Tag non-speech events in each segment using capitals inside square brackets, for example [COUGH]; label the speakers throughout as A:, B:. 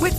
A: With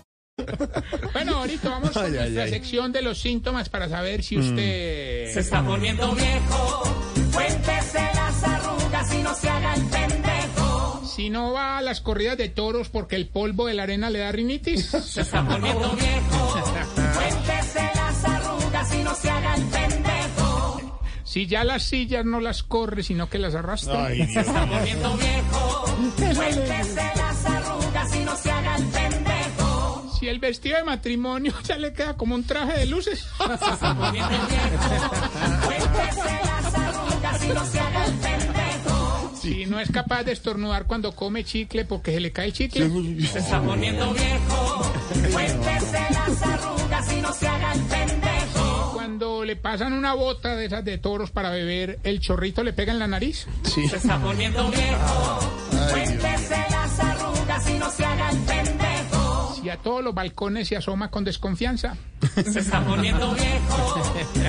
B: [LAUGHS]
C: Bueno, ahorita vamos con
B: Ay, ay,
C: nuestra
B: ay.
C: sección de los síntomas para saber si usted...
D: Se está poniendo viejo. Cuéntese las arrugas y no se haga el
B: Mm.
D: pendejo.
C: Si no va a las corridas de toros porque el polvo de la arena le da rinitis.
B: [LAUGHS]
D: Se está poniendo viejo. Cuéntese las arrugas y no se haga el pendejo.
C: Si ya las sillas no las corre, sino que las arrastra.
D: Poniendo viejo. Cuéntese las arrugas y no se haga el pendejo.
C: Si el vestido de matrimonio [LAUGHS] ya le queda como un traje de
B: [LAUGHS]
C: luces.
D: Cuéntese las arrugas y no se haga el pendejo.
C: Si no es capaz de estornudar cuando come chicle porque se le cae el chicle.
D: Se está poniendo viejo. Cuéntese las arrugas y no se haga el pendejo.
C: Cuando le pasan una bota de esas de toros para beber, el chorrito le pega en la nariz.
D: Se está poniendo viejo. Cuéntese las arrugas y no se haga el pendejo.
C: Si a todos los balcones se asoma con desconfianza.
D: Se está poniendo viejo.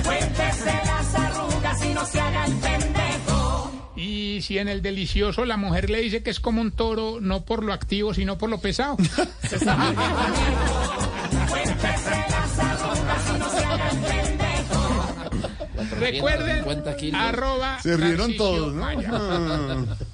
D: Cuéntese las arrugas y no se haga el pendejo.
C: Y si en el delicioso la mujer le dice que es como un toro, no por lo activo, sino por lo pesado.
D: Cuéntese las arrugas y no se haga el pendejo.
C: Recuerden,
B: 50 kilos.
C: arroba
B: Se rieron
C: Tarcisio
B: todos, ¿no? Ah.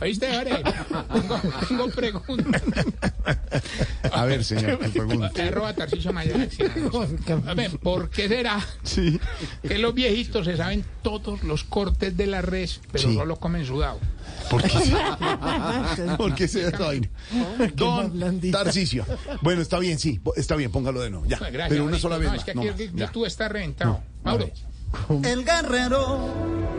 C: ¿Oíste, Jorge? Tengo, tengo preguntas.
B: A ver, señor, me pregunta.
C: Eh, Arroba Tarcisio Maya.
B: [LAUGHS]
C: A ver, ¿por qué será
B: Sí.
C: que los viejitos se saben todos los cortes de la res, pero
B: Sí.
C: solo comen sudado?
B: ¿Por qué se, [LAUGHS] ¿Por qué se da vaina? Don Tarcicio. Bueno, está bien, sí. po- Está bien, póngalo de nuevo. Ya.
C: Pues, Gracias.
B: Pero una
C: Jorge.
B: sola vez.
C: No,
B: más,
C: es que
B: no
C: aquí
B: más,
C: el-
B: ya.
C: tú estás reventado. Mauro.
E: El guerrero.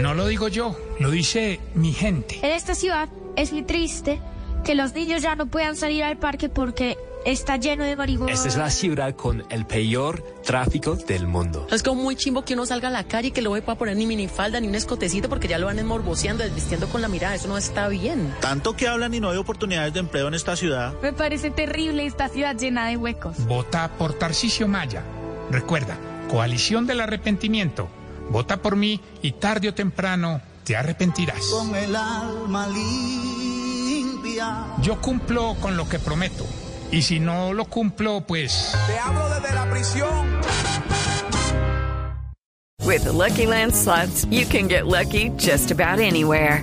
C: No lo digo yo, lo dice mi gente.
F: En esta ciudad es muy triste que los niños ya no puedan salir al parque porque está lleno de marihuana.
G: Esta es la ciudad con el peor tráfico del mundo.
E: Es como muy chimbo que uno salga a la calle y que luego no pueda poner ni minifalda ni un escotecito porque ya lo van esmorboceando, desvistiendo con la mirada. Eso no está bien.
D: Tanto que hablan y no hay oportunidades de empleo en esta ciudad.
F: Me parece terrible esta ciudad llena de huecos.
C: Vota por Tarcisio Maya. Recuerda, coalición del arrepentimiento. Vota por mí y tarde o temprano te arrepentirás.
E: el alma limpia.
C: Yo cumplo con lo que prometo. Y si no lo cumplo, pues...
D: Te hablo desde la prisión.
A: With Lucky Land slots, you can get lucky just about anywhere.